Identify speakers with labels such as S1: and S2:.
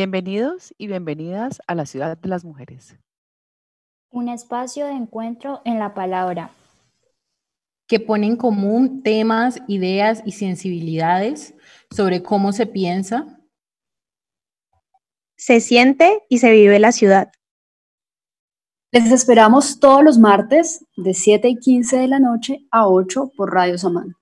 S1: Bienvenidos y bienvenidas a la Ciudad de las Mujeres.
S2: Un espacio de encuentro en la palabra.
S3: Que pone en común temas, ideas y sensibilidades sobre cómo se piensa,
S4: se siente y se vive la ciudad.
S5: Les esperamos todos los martes de 7 y 15 de la noche a 8 por Radio Samán.